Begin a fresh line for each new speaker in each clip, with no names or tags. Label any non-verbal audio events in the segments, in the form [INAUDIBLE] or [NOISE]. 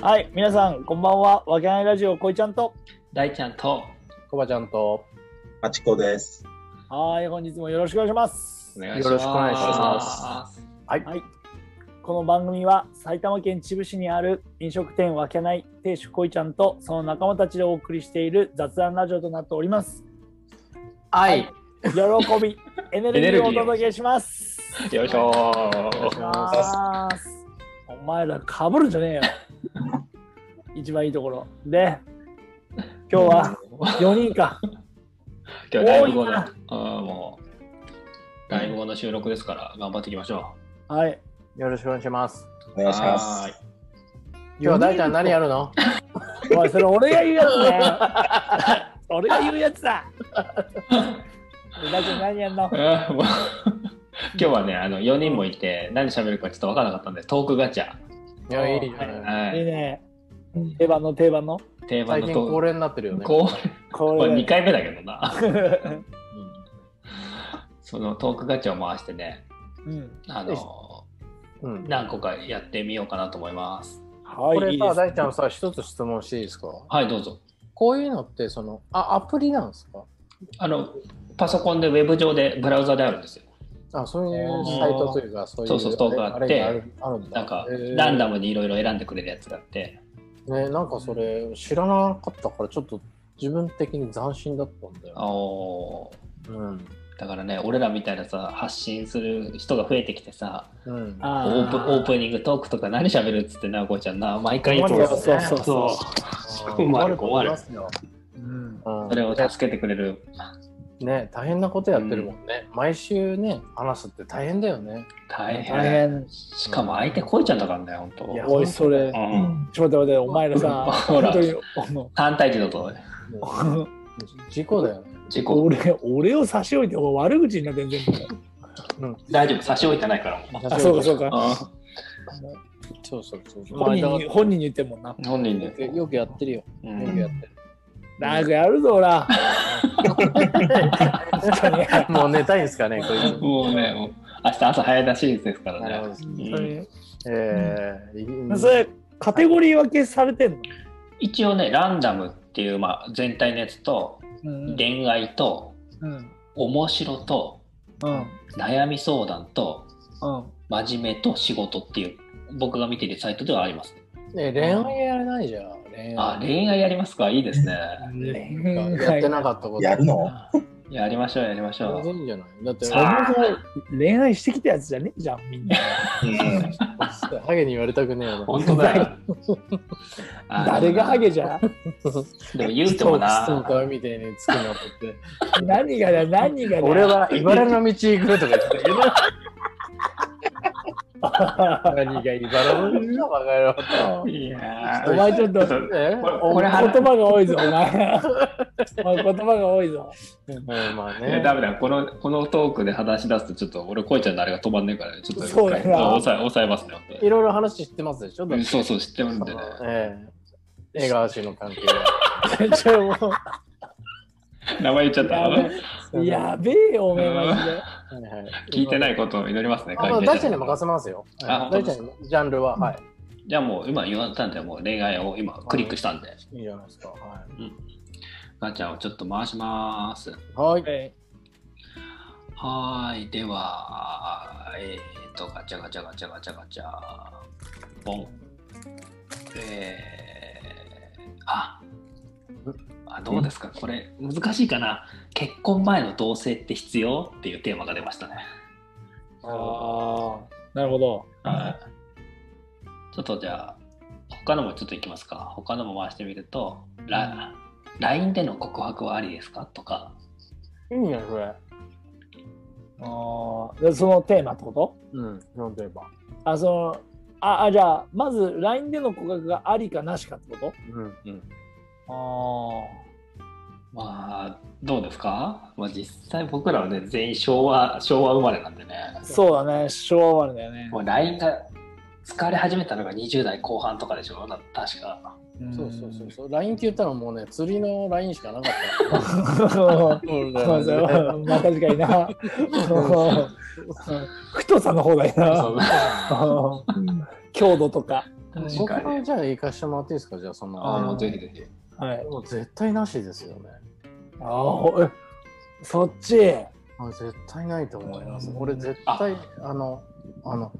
はい、皆さん、こんばんは。わけないラジオ、こいちゃんと。
大ちゃんと
コバちゃんと
マチコです。
はい、本日もよろしくお願いします。
願。
よろしくお願いします
はい。この番組は埼玉県秩父市にある飲食店わけない亭主こいちゃんとその仲間たちでお送りしている雑談ラジオとなっております。
はい、
喜 [LAUGHS] び、エネルギーをお届けします。
よいしょ
お願いし
ー。
ます。お前らかぶるんじゃねえよ。一番いいところ。で、今日 [LAUGHS] は4人か。
今日ライブ後
多い
の、
な
うん、もう、ライブ後の収録ですから、頑張っていきましょ
はい。
よろしくお願いします。
お
う。
願いします。
ーい。
今日は大ちゃん何やるの？
おい、それ俺が言うやつだよ。
[LAUGHS]
俺が言うやつだ。だけ何やんの
えーもう [LAUGHS] 今日はね、あの4人もいて、何喋るかちょっと分からなかったんで、トークガチャ、
いやいいじゃない。
はい
いね。定番の定番の。
定番
最
の
近
ト
恒
ー
例になってるよ
ク、
ね。
こうこ
これ
れ2。回目だけどな、
う
そのトークガチャを回してね、
ん。
あ
よし
の
うん。
何個かやってみようかなと思います。
は
こ
い。い
れ
いで
さ
す
大ちゃんさ一つ質問していいですか？
はい、どうぞ。
こういうのってそのあアプリなんですか？
あのパソコンで、ウェブ上で、ブラウザであるんですよ。
あそういうサイトというかそういう
そうそうトークがあって
れがるあるんだ。
なんか
え、ー
ランダムにいろいろ選んでくれるやつがあって、
ねなんかそれ知らなかったからちょっと自分的に斬新だったんだよ。
おー
うん。
だからね、俺らみたいなさ、発信する人が増えてきてさ、
うん。
オ
あ
ープンオープニングトークとか何喋るっつってな、こうちゃんな、毎回いつも
そうそう
そうそう
うまい
困ますよ。
うん。
うん
それを助けてくれる、
ね大変なことやってるもんね、毎週ね話すって大変だよね
大変。
大変。
しかも相手こいちゃんだからね、ほんと。
いや
おい、それ。
う
ち
ん、
ょっと待って待って、お前らさ、
[LAUGHS] ほ
本
ら
当に、あの
3対1だと、
事故だ
[LAUGHS]
よね、
事故、
俺、俺を差し置いて、お悪口になってん全部。
うん、
大丈夫、差し置いてないから。
あ、そうか、そうか。
う
そうそうそうそう
本人に、本人に言ってんもんな。
ん本人
よく
で。
よくやってるよ
う
よ
ん
くやってる
なんかやるぞ、ほら。
もう寝たいんですかねこいつ
もうね、もう明日朝早いらしいですから
なるほ
ね
ど。
うん
えー、
それ、カテゴリー分けされてんの
一応ね、ランダムっていう、まあ、全体のやつ
う
と、
ん
恋愛と、
うん。
面白と、
うん。
悩み相談と、
うん。
真面目と仕事っていう、僕が見ているサイトではあります。
ね、恋愛やれないじゃん恋
あ、
愛
恋愛やりますかいい
[LAUGHS]
ですね。
恋愛
やってなかったこと
やるの
やりましょう、やりましょ
全然
う。
いいんじゃないだって
そもそも恋愛してきたやつじゃねえじゃん、み
[LAUGHS]
んな。
うん
ハゲに言われたくねえよ
本当だよ。あの
[LAUGHS] 誰がハゲじゃん
でも言うても
ストー
な
カ、ーみたいにつくなとって
何がだ、何がだ。
俺は茨の道行くとか言ってたけど何が茨の道だバカ野郎と。
いや
お
ー
前ちょっと、
ちょっ
え
これ
お
これ
言葉
話
が多いぞ、お前。お前言葉が多い
[LAUGHS]
ぞ。
うんまあ
いや
ね。
ダメだよこのこのトークで話し出すとちょっと俺こいちゃんのあれが止まんねえからねちょっと
そうだな
一回抑え抑えますね
いろいろ話知ってますでしょだって
そうそう知ってるんでね
ええ。江川氏の関係
ちょも
名前言っちゃっ
や
た
べうやべえよ、お前マジで。
はいはい
聞いてないことを祈りますね
あ、まあ、
関係者
大ちゃんに任せますよ。
あ
は
本当
い大
で
ちゃ
す
ん
か
にジャンルは、はい。
じゃあもう今言われたんでもう恋愛を今クリックしたんで
いいじゃないですか。は
ガチャをちょっと回します
い。はい。
え
はーいではえー、とガチャガチャガチャガチャガチャボンえー、ああどうですかこれ難しいかな結婚前の同棲って必要っていうテーマが出ましたね
ーああ、なるほど。
はいちょっとじゃあ他のもちょっといきますか他のも回してみると「ラ LINE での告白はありですか?」とか
いいんじゃないそれ。
あーでそのテーマってこと
うん。例えば。
あ、その、あ、あじゃあ、まず LINE での告白がありかなしかってこ
うん。うん。
とああ。
まあどうですか、まあ、実際僕らはね全員昭和昭和生まれなんでね
そうだね、昭和生まれだよね
も。う LINE が使われ始めたのが20代後半とかでしょだ確か
そうそう
[LAUGHS]
そうそう。LINE って言ったらもうね、釣りの LINE しかなかった。
そう。
そう
そうそうまあ確かにな。太さの方がいいな。
そう
強度とか。
確か
僕
に。
じゃあ行かしてもらっていいですかじゃあその
ああ、もうぜひぜひ。
はい。
もう絶対なしですよね
ああ、ほえそっち。
あ絶対ないと思います俺絶対あのあの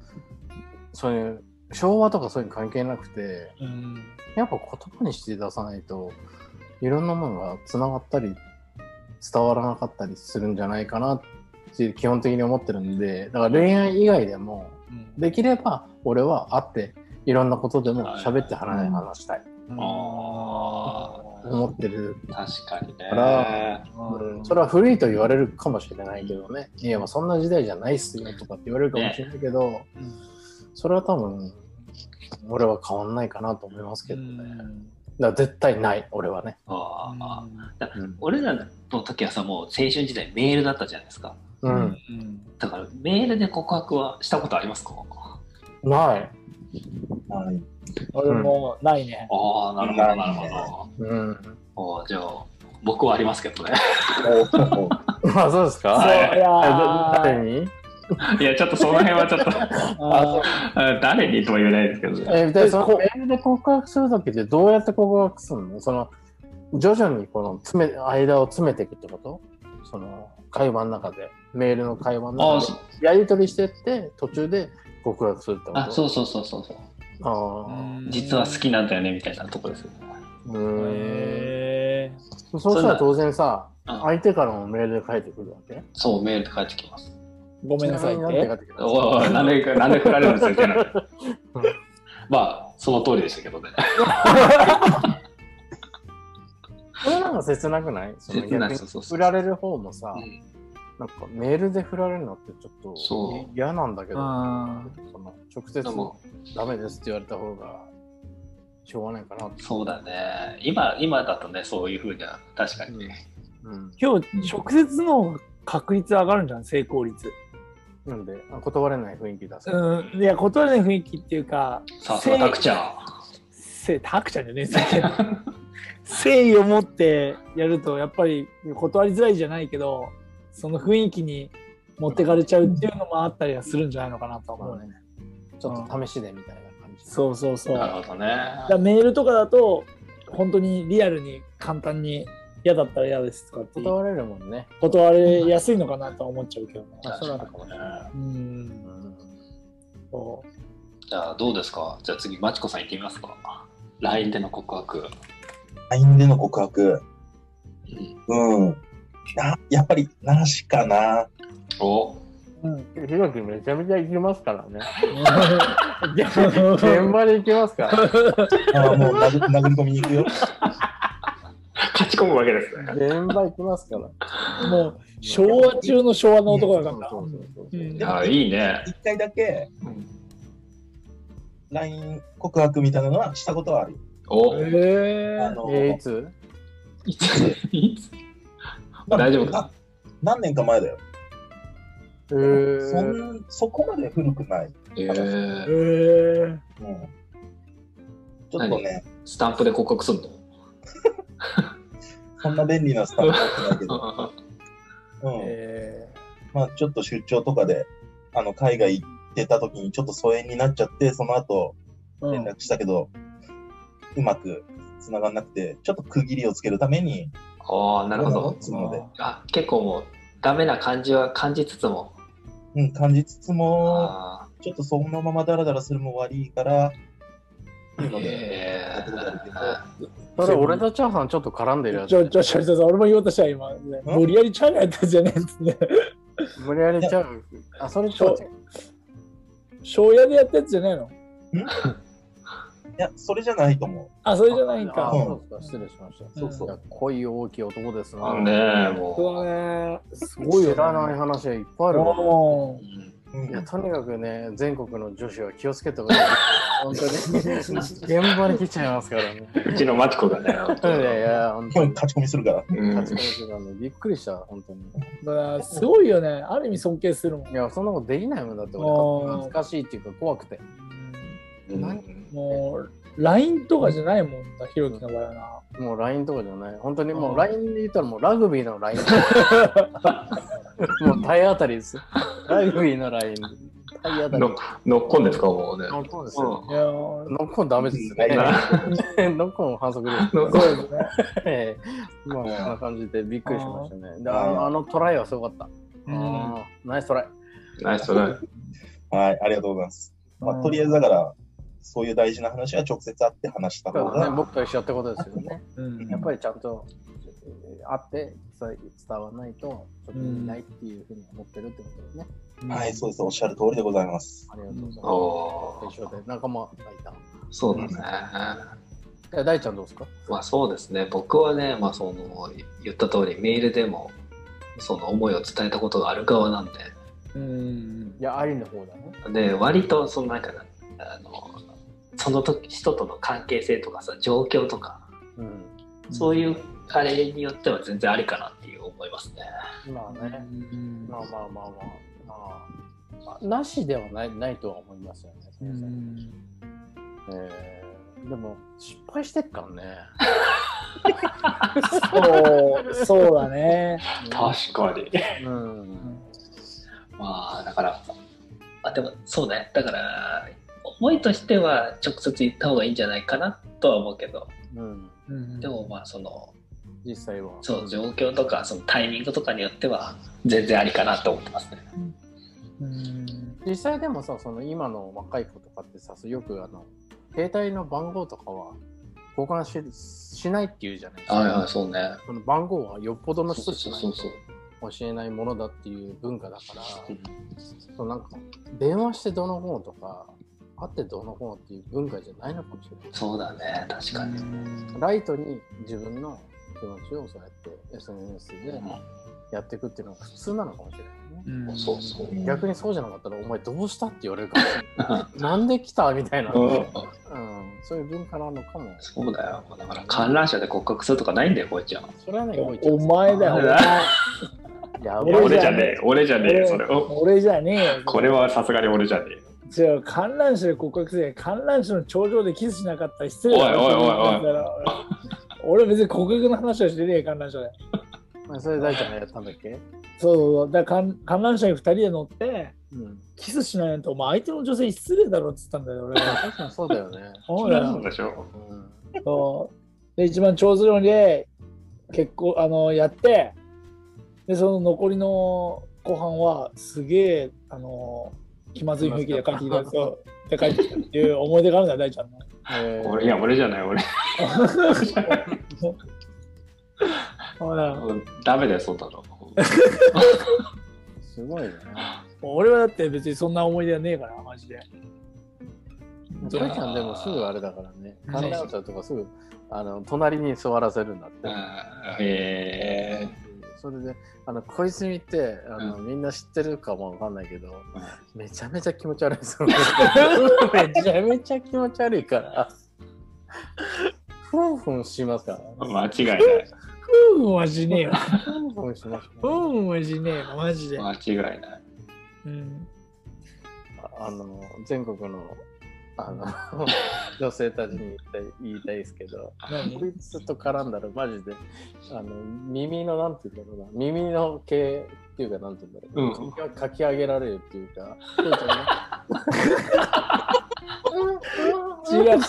そういう昭和とかそういうの関係なくて
うん。
やっぱ言葉にして出さないといろんなものがつながったり伝わらなかったりするんじゃないかなって基本的に思ってるんでだから恋愛以外でもできれば俺は会っていろんなことでも喋って話話したい
あ
思ってる、
あ、確かにね。
あらうんそれは古いと言われるかもしれないけどねいやまあそんな時代じゃないっすよとかって言われるかもしれないけど、それは多分俺は変わんないかなと思いますけどね、だから絶対ない俺はね、
ああ
うん
俺らの時はさ、もう青春時代メールだったじゃないですか。
うん、
だからメールで告白はしたことありますか
ない
はい。
俺もないね。
ああ、なるほど、なるほ
うん [LAUGHS]
ど。ああじゃあ、僕はありますけどね。 [LAUGHS]
おお
あ、そうです
そ
か
う
はい
いや
あ
ー
誰に
いや、ちょっとその辺はちょっと、
あ
うん誰にとは言え [LAUGHS] ないですけどね。
えでそのメールで告白するときってどうやって告白するのその徐々にこの詰め間を詰めていくってことその会話の中でメールの会話
あ
の
あ
中
そ
でやり取りしてって途中で告白するってこと
あ、そうそうそうそうそう。
あ
実は好きなんだよねみたいなとこですよね。
ーうーん
へえ。
そうしたら当然さ
うん
相手からもメールで返ってくるわけ
そう、メールで返ってきます。
ごめんなさいっ
ちみに
て
何。て返ってくる
おいおい、なんで、なんで振られるんですかいきな
[LAUGHS]
り
うん
まあ、その通りでしたけどね。
これなんか切なくないその
切ない
逆に
そうそうそう
振られる方もさ、
うん
なんかメールで振られるのってちょっ
そう
とい嫌なんだけど、
あ
その直
でも
接、ダメですって言われた方がしょうがないかなって。
そうだね。今、今だとね、そういうふうには、確かにね。
うん、
今日、直接の方が確率上がるんじゃん、成功率。
なんであ断れない雰囲気出す。
うん。いや、断れない雰囲気っていうか、
さすが、たくちゃん。
せタクちゃんじゃねえんだけど誠意を持ってやるとやっぱり断りづらいじゃないけどその雰囲気に持ってかれちゃうっていうのもあったりはするんじゃないのかなと思うね、
ちょっと試しでみたいな感じ。
そうそうそう
な
だか
るほどね。
らメールとかだと本当にリアルに簡単に嫌だったら嫌ですとかって
断れるもんね。
断れやすいのかなとは思っちゃうけどね
まあそうなの
確
か
か
も
に
し
ね
れな [LAUGHS]
うん
うん
そう
じゃあ、どうですかじゃあ次、まちこさん行ってみますか。LINE での告白。
LINE での告白。
うん
うん。な、やっぱり、なしかな。
お
ひろきめちゃめちゃ行きますから
[LAUGHS]
ね。
で
現
も
場で行きますから。
あーもう殴、 [LAUGHS] 殴り込みに行くよ。
勝ち込むわけですね。
現場行きますから。
もう昭和中の昭和の男だから
そうそうそうそう
うん
いや、いいね。
一回だけ
うん、
LINE 告白みたいなのはしたことはある。
お
へ
あ
え
の、
えーいつ
いついつ大丈夫か
な何年か前だよ。
え
そ
ー
んそこまで古くない。
えー
へえ
うん。ちょっとね、
スタンプで告白すんの
そんな便利なスタンプはってな
[LAUGHS]
いけど、
う
うん。
えー
まあ、ちょっと出張とかで、あの、海外行ってた時にちょっと疎遠になっちゃって、その後、
う
連
ん
絡したけど、うまく繋がんなくて、ちょっと区切りをつけるために、
ああ、なるほど。
つので、
あ結構もう、ダメな感じは感じつつも。
うん、感じつつも、
あ
ちょっとそのままダラダラするも悪いから、っていう
ー
ので、
え
やってくれるけど
ー
それ俺とチャーハンちょっと絡んでるやつ
ち。ょ、ちょ、ちょ、ちょ、俺も言おうとした今、ね、無理やりチャイナやったやつじゃねえっつって。 [LAUGHS]
無理やりちゃう。あ、それちょっと。
庄屋でやったやつじゃないの
いや、それじゃないと思
あ、それじゃないん
あ
か。
そうですか失礼しました。
そうそう
いや恋大きい男ですな。
ねえ、
そう
も
だね。すごいよ、ね。
知らない話はいっぱいあるわ。
も
う。うん
う。う
いや
ん、
とにかくね、全国の女子は気をつけ
[LAUGHS]
てください。本当に。現場に来ちゃいますから
[LAUGHS]
ね。
うちのマチコがね、
いやいや、本
基
当
本
に。
勝ち込みするから。
うん
立ち返しがね、びっくりした、本当に。
う、だからすごいよね。ある意味尊敬するもん。
いや、そんなことできないもんだって、
あ
俺、
ー
恥ずかしいっていうか、怖くて。
うん
もう、LINE とかじゃないもんだ、ひろきの場合はな。
もう LINE とかじゃない。本当にも
あ
う
ー
LINE で言ったら、もうラグビーの
[LAUGHS]
LINE。もう体当たりですよ。ラグビーの LINE。対嫌だ
ノ
よ。
ノッコンですかもうね。
ノッコンですよ。
[LAUGHS]
いやー
ノッコンダメですね。 [LAUGHS] ノッコン反則です。
ノッコン
そうですね。
ええまあ、そんな感じでびっくりしましたね。であのあのトライはすごかっ
う
た。
ん
あーナイストライ。
ナイストライ。
はい、ありがとうございます。まあ、とりあえずだから、そういう大事な話は直接会って話した方
そうですね、
が、
僕と一緒ってことですよね。
うん
やっぱりちゃんとあって伝え伝わらないとちょっと意味ないっていうふうに思ってるってことですね。
はい、そうです。おっしゃる通りでございます。
ありがとうございます。
おー
一緒で仲間がいた。
そうだね。
え大ちゃんどうですか
まあそうですね僕はね、まあ、その言った通りメールでもその思いを伝えたことがある側なん
うん
いや、ありの方だね。
でで割とそのなんかなあのその時人との関係性とかさ状況とか
うん。
そういうあれによっては全然ありかなっていう思いますね。
まあね、
うん
まあまあまあまあ、まあ、なしではないないとは思いますよね。
う
そもそも
ん
えーでも失敗してっからね。
そうそうだね。
かに。
うん。
まあだから、まあ、でもそうねだから思いとしては直接言った方がいいんじゃないかなとは思うけど
うん。
うん
でもまあその
実際は。
そう状況とかそのタイミングとかによっては全然ありかなと思ってますね。
うん
実際でもさその今の若い子とかってさよくあの携帯の番号とかは交換ししないっていうじゃないですか、
はいはいそうね。
その番号はよっぽどの
そ
人
う
し
そう
かない
そうそう。
と教えないものだっていう文化だから、そうなんか電話してどうの方とか会ってどうの方っていう文化じゃないのかもしれない
そうだね確かに。
ライトに自分の気持ちをそうやって SNS でやっていくっていうのが普通なのかもしれないね、
うんそうそう。
逆にそうじゃなかったら「お前どうした?」って言われるかもしれないなんで来たみたいな、う
うんん
そういう文化なのかも。
[LAUGHS] そうだよ。だから観覧車で骨格するとかないんだよこいちゃん。
それはね、動いちゃう
お前だよ、お前
やば
いや俺じゃ
え。俺じゃ
俺
を
俺じゃねえよ。
はさすがに俺じゃねえよ。
じゃあ観覧車で告白生観覧車の頂上でキスしなかったら失礼
おいおいおいおい
俺俺別に告白の話はしてねえよ観覧車で
それ大ちゃんがやったんだっけ
そうそうそうだから観観覧車に2人で乗って
うん。
キスしないなんてお前相手の女性に失礼だろっつったんだよ俺は
[LAUGHS]
確かにそうだよね。
そうだよ
でしょ。
うん。
そうで一番頂上で結構あのやってでその残りの後半はすげえあの気まずい雰囲気で帰ってきたそうで帰ってきたっていう思い出があるんだよ大ちゃんの。
えー
や俺じゃない俺。 [LAUGHS]
そうだよ
ダメだよそうだ [LAUGHS] ろ。
すごいね。
俺はだって別にそんな思い出はねえから、マジで。
そう
大ちゃんでもすぐあれだからね。
うん
観覧車とかすぐ、あの、隣に座らせるんだって。
え
それで、あの、小泉って、あの、みんな知ってるかもわかんないけど、めちゃめちゃ気持ち悪い [LAUGHS] ですよねめちゃめちゃ気持ち悪いから。ふんふんしますからね。
間違いない。
うんはしねえよ。
ふんふんしますね
うんはしねえよ、マジで。
間違いない。
うん。
あの全国のあの女性たちに言いたい言いたいですけど、
何
こいつと絡んだらマジであの耳のなんていうんだろうな耳の毛っていうかなんていうんだろう、
うん
かきかき上げられるっていうか。こういう
違う、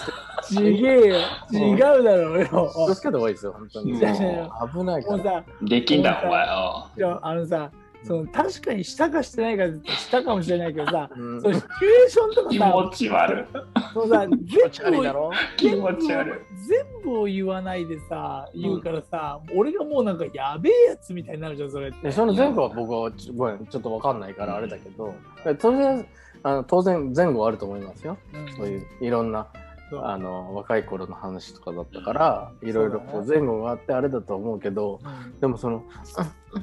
ちげえよ。違うだろう [LAUGHS] よ。
のね気をつけた方がいいですよ、本当に。
うん
危ないか
もう
ら。
さ、
できんだお前よ。
いやあのさ、その確かにしたかしてないかってしたかもしれないけどさ、
う
[LAUGHS]
ん
そのシチュエーションと
気
か
持ち悪
さ、そのさ、
気持ち
全
悪
部
いだ
を
ろ
い。気持ち悪
全部を言わないでさ、言うからさ、俺がもうなんかやべえやつみたいになるじゃん、それって。
でその前後は僕はちょごめんちょっとわかんないからあれだけど、とりあえずあの当然前後はあると思いますよ。そういういろんな
そう
あの若い頃の話とかだったから
うん
いろいろ
そ
こ
う
う
だ
前後があってあれだと思うけど
うん
でもその「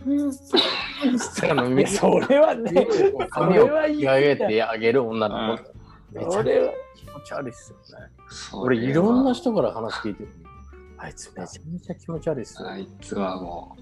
うんうんあの
い
耳
やそれはね、
を
そ
髪
れ
を
は言い
引き
過
上
ぎ
げ
だよ
てあげる女の子めちゃ
そ
くち
れ
ゃ
は
気持ち悪いっすよね。
い。
俺いろんな人から話聞いてるあいつめちゃめちゃ気持ち悪いっすよ。
あいつはも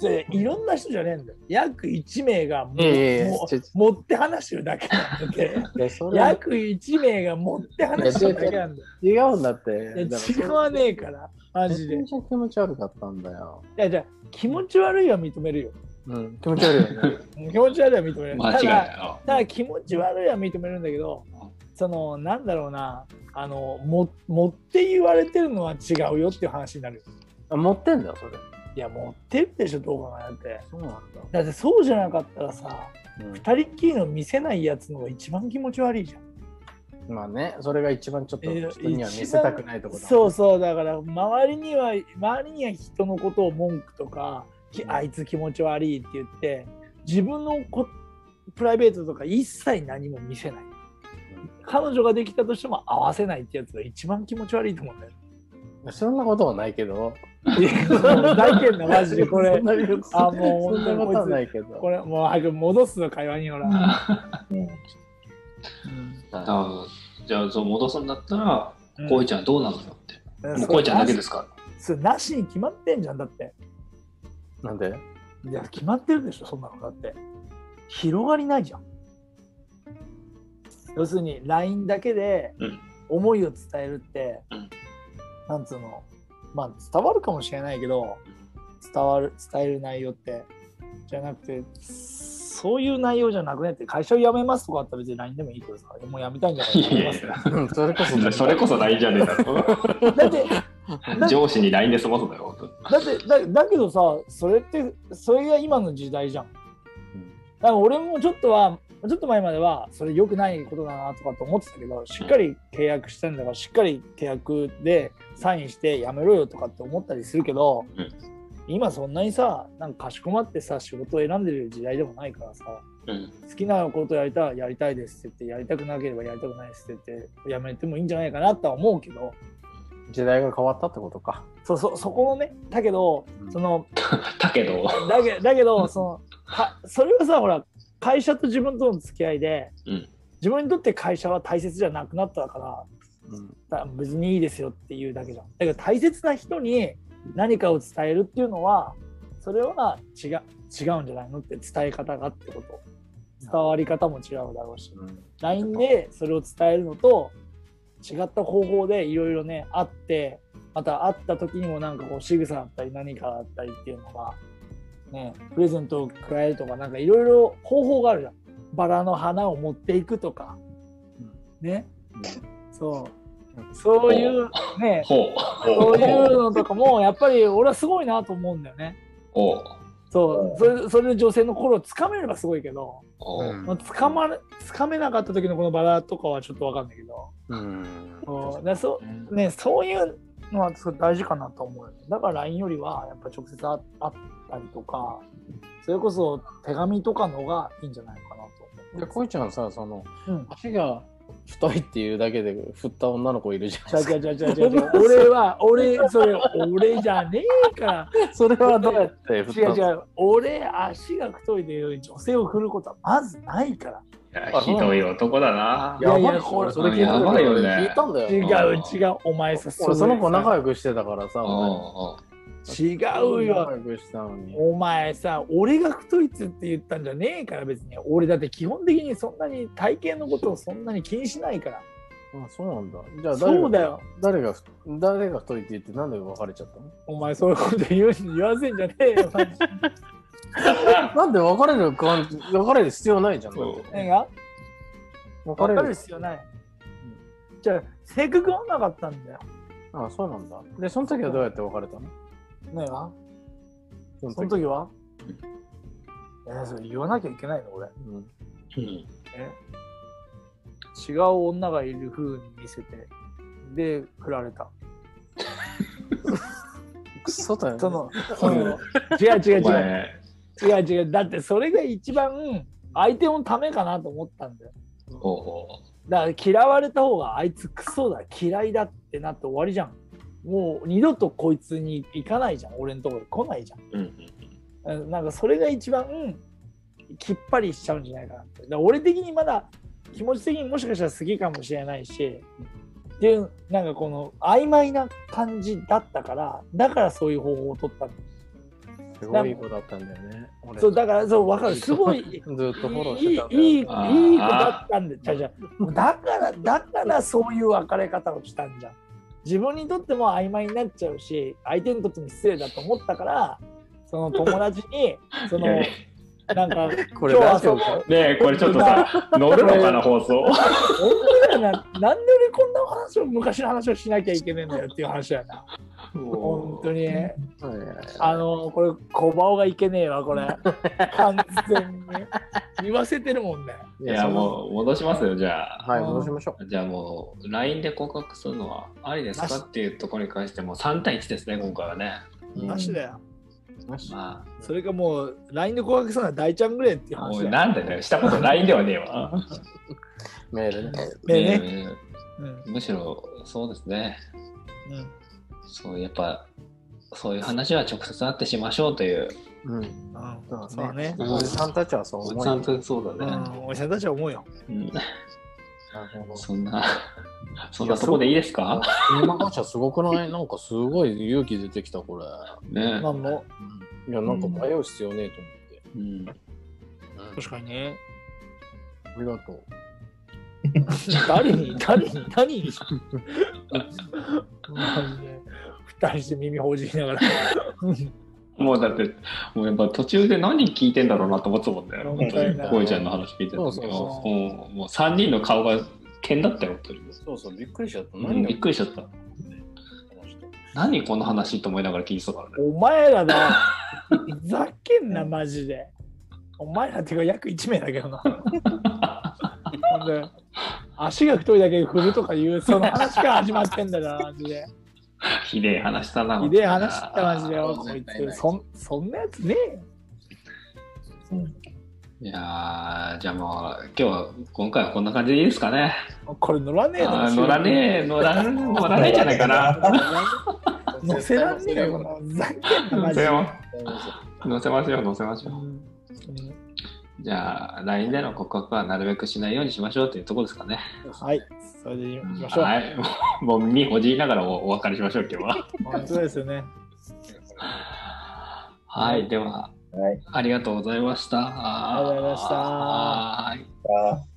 でいろんな人じゃねえんだよ。約1名がも,、
いやいやいや
も
ちょち
持って話してるだけなんだ
[LAUGHS]
よ
いやそれは
約1名が持って話してるだけなんだよ。
違うんだって。
いや
だから
違わねえから、マジで。
め
い
ちゃめちゃ気持ち悪かったんだよ。
やじゃあ気持ち悪いは認めるよ。
うん、気持ち悪いよね。
[LAUGHS] 気持ち悪いは認める。
間違い
ただ
ないよ。
ただ気持ち悪いは認めるんだけど
うん、
そのなんだろうな、あのも持って言われてるのは違うよっていう話になるよ。
あ持ってんだよ、それ。
いや持ってるでしょどうかなって。
そうなんだ。
だってそうじゃなかったらさ、
うん
二人っきりの見せないやつのが一番気持ち悪いじゃん。
まあね、それが一番ちょっと
えー
人には見せたくないところだ、
そうそうだから周りには周りには人のことを文句とか、きあいつ気持ち悪いって言って自分のこプライベートとか一切何も見せない彼女ができたとしても合わせないってやつが一番気持ち悪いと思うんだ
[LAUGHS]
よ
そんなことはないけど。
いや大嫌なマジでこ
[LAUGHS] そ
れ
んなによく
あもう
そんなことはないけど。
これもう早く戻すの会話にほら、
あじゃあそう戻すんだったら、
うん
こういちゃんどうなのよって。
うん
もうこいちゃんだけですか
それなしに決まってんじゃんだって
なんで
いや決まってるでしょそんなのだって広がりないじゃん要するに LINE だけで
うん
思いを伝えるって、
うん
なんつうのまあ伝わるかもしれないけど伝わる伝える内容ってじゃなくてそういう内容じゃなくねって会社を辞めますとかあったら別に LINE でもいいけどさもう辞めたいんだから辞めます
うんそれこそ、
それこそ LINE じゃねえだ
[LAUGHS]
ろ。
だってだ
上司に LINE で済ますんだよ、本
だってだだけどさそれってそれが今の時代じゃん。だから俺もちょっとはちょっと前まではそれ良くないことだなとかと思ってたけどしっかり契約したんだからしっかり契約でサインしてやめろよとかって思ったりするけど、
うん
今そんなにさなんかかしこまってさ仕事を選んでる時代でもないからさ
当に。
好きなことやりたいやりたいですって言ってやりたくなければやりたくないですって言ってやめてもいいんじゃないかなとは思うけど、
時代が変わったってことか。
そうそうそこのねだけど
うん
その
だけど、
だけだけどそのかそれはさほら会社と自分との付き合いで、
うん
自分にとって会社は大切じゃなくなったから
うん
だ別にいいですよっていうだけじゃんだけど大切な人に何かを伝えるっていうのはそれは違う違うんじゃないのって伝え方がってこと伝わり方も違うだろうし
うん
LINE でそれを伝えるのと違った方法でいろいろねあってまた会った時にもなんかこう仕草だったり何かだったりっていうのが、ね、プレゼントを加えるとかなんかいろいろ方法があるじゃんバラの花を持っていくとか、ねそうそういうね
ほう、
そういうのとかもやっぱり俺はすごいなと思うんだよね
ほう、
そうそれそれで女性の心をつかめればすごいけど
ほう。
まあ、つかまれつかめなかった時のこのバラとかはちょっとわかんないけど、
うん
うん、だからそうねそういうのはすごい大事かなと思うよねだから LINE よりはやっぱ直接あ会ったりとかそれこそ手紙とかのがいいんじゃないかなと
で、こいちゃんさ、その、
思う。うん
足が太いっていうだけで振った女の子いるじゃん。
違う違う違う違う違う俺は俺それ俺じゃねえ
[LAUGHS]
から
それはどうやって振
違う
ったの
違う俺足が太いで女性を振ることはまずないから
いやひどい男だな。
やいや
ば
これ
それ聞いた
やばいよね
聞いたんだ
違
よ。
う違うお前さ
俺、その子仲
良
良くしてたからさ、
おうおう
違うよ
仲良くしたのに。
お前さ、俺が太いっつって言ったんじゃねえから別に。俺だって基本的にそんなに体型のことをそんなに気にしないから。
あ、そうなんだ。じゃあ誰
そうだ
が、
よ。
誰が、誰が太いって言って、なんで別れちゃったの
お前そういうこと言う言わせんじゃねえよ。 [LAUGHS] マジで
なんで別れる感じ、別れる必要ないじゃん。だって
何が
別
分
れ
か
る
る必要ない。じゃあ、性格合わなかったんだよ。
あそうなんだ。で、その時はどうやって別れたの
何が
そ
その時は、えーそれ言わなきゃいけないの俺。
うん
うん
違う女がいる風に見せて。で、振られた。
クソだよ、ね。
その、その、 [LAUGHS] 違う違う違
お
う。
前、
違う違うだってそれが一番相手のためかなと思ったんだよ
ほうほ
だから嫌われた方があいつクソだ嫌いだってなって終わりじゃんもう二度とこいつに行かないじゃん俺のところに来ないじゃん
う。うんうん
うんなんかそれが一番きっぱりしちゃうんじゃないかなってだから俺的にまだ気持ち的にもしかしたら好きかもしれないしっていうなんかこの曖昧な感じだったからだからそういう方法を取った
すごいいい子だったんだよね。俺
そうだからそう分かるすごい
ずっとフォロー
い
して
い
たんだよ。
いいいい子
あー
だったんでじゃあじゃあだからだからそういう別れ方をしたんじゃん自分にとっても曖昧になっちゃうし相手にとっても失礼だと思ったからその友達にそ
い
の
やね
なんか今
こ
日はそ
ラジオ
の
えこれちょっ
[LAUGHS]
とさ乗るのかな放送
本当だよななんで俺こんな話を昔の話をしなきゃいけねえんだよっていう話だよな本当に
そうね
あのこれ小バオがいけねえわこれ完全に言わせてるもんね
い
い
や
その
もう戻しますよじゃあ
はい、戻しましょ
じゃあもう LINE で告白するのはありですかっていうところに関してもう3対1ですね今回はね
う。
マジだよ
なし
ま
それがもう LINE で告白するのは大ちゃんぐらいっていう
あ
話
お
だ
い
よ
なんでだよしたこと LINE ではねえわ
メールね。
ねえね
ね
うん
えむしろそうですね
うん
そうやっぱそういう話は直接会ってしましょうという
うん。
うん
そ
そううね
ね。おじさんたちはそう
お
思
じ
う
さ
よ。
んとそう
う
だね、
んおじさんたちは思うよ
うん
なるほど
そんなそんなとこでいいですか
今感謝すごくないなんかすごい勇気出てきた、これ。
ね
まあも
いや、なんか迷う必要ねえと思って。
うん
う確かにね
ありがとう。
誰 [LAUGHS] に誰に何にマジで二人して耳ほじりながら
もうだってもうやっぱ途中で何聞いてんだろうなと思ってたもんね
うん
本当にこいちゃんの話聞いてたけど
そうそう
そう
もうもう3人の顔が剣だったよ本当に
そうそう、びっくりしちゃった。
うんびっくりしちゃった
この人
何この話と思いながら聞いてたからね [LAUGHS]
お前らだふざけんなマジでお前らっていうか約1名だけど [LAUGHS] なほんで足が太いだけで振るとかいうその話から始まってんだよなマジで
ひでえ話したな
ひでえ話だマジでよこい
絶対な
つ
い
そんそんなやつねえよ
いやーじゃあもう今日は今回はこんな感じでいいですかね
これ乗らねえ
あ
の
ー乗らねえ乗ら乗らねえんじゃないかな
[LAUGHS] 乗せらんねえよこのふざけんなマ
乗
ジ
せ
で
よう乗せましょう乗せまし
う
ょ
ん
う
うん
じゃあ LINE での告白はなるべくしないようにしましょうというところですかね
はいそれでいきましょう
はい [LAUGHS] もうもう身ほじりながらおお別れしましょう今日は
本当ですよね
はいでは
はい。
ありがとうございましたあ
りがとうございました
はい
あー